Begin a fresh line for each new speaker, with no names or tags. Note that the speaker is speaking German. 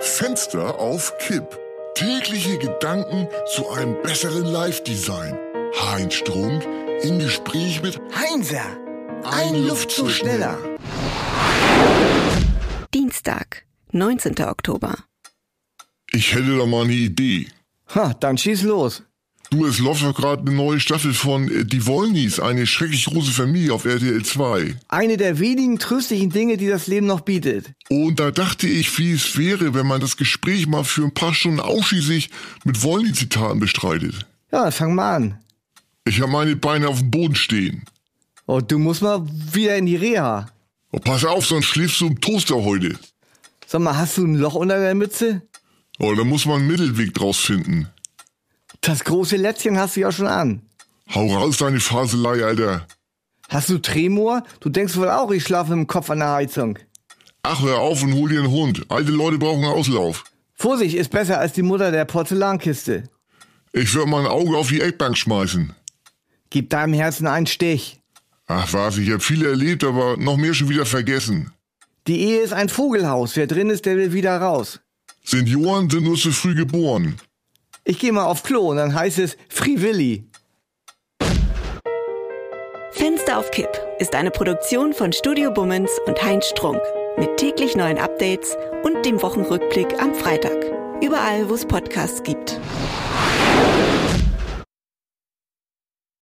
Fenster auf Kipp. Tägliche Gedanken zu einem besseren Live-Design. Heinz Strunk im Gespräch mit
Heinzer, ein, Luftzug ne? schneller.
Dienstag, 19. Oktober.
Ich hätte da mal eine Idee.
Ha, dann schieß los.
Du, es läuft doch gerade eine neue Staffel von äh, Die Wollnies, eine schrecklich große Familie auf RTL 2.
Eine der wenigen tröstlichen Dinge, die das Leben noch bietet.
Und da dachte ich, wie es wäre, wenn man das Gespräch mal für ein paar Stunden ausschließlich mit Wollny-Zitaten bestreitet.
Ja, fang mal an.
Ich habe meine Beine auf dem Boden stehen.
Oh, du musst mal wieder in die Reha.
Oh, pass auf, sonst schläfst du im Toaster heute.
Sag mal, hast du ein Loch unter der Mütze?
Oh, da muss man einen Mittelweg draus finden.
Das große Lätzchen hast du ja schon an.
Hau raus deine Faselei, Alter.
Hast du Tremor? Du denkst wohl auch, ich schlafe im Kopf an der Heizung.
Ach, hör auf und hol dir einen Hund. Alte Leute brauchen Auslauf.
Vorsicht ist besser als die Mutter der Porzellankiste.
Ich würde mal ein Auge auf die Eckbank schmeißen.
Gib deinem Herzen einen Stich.
Ach was, ich habe viel erlebt, aber noch mehr schon wieder vergessen.
Die Ehe ist ein Vogelhaus. Wer drin ist, der will wieder raus.
Senioren sind nur zu früh geboren.
Ich gehe mal auf Klo und dann heißt es Free Willy.
Fenster auf Kipp ist eine Produktion von Studio Bummens und Heinz Strunk. Mit täglich neuen Updates und dem Wochenrückblick am Freitag. Überall, wo es Podcasts gibt.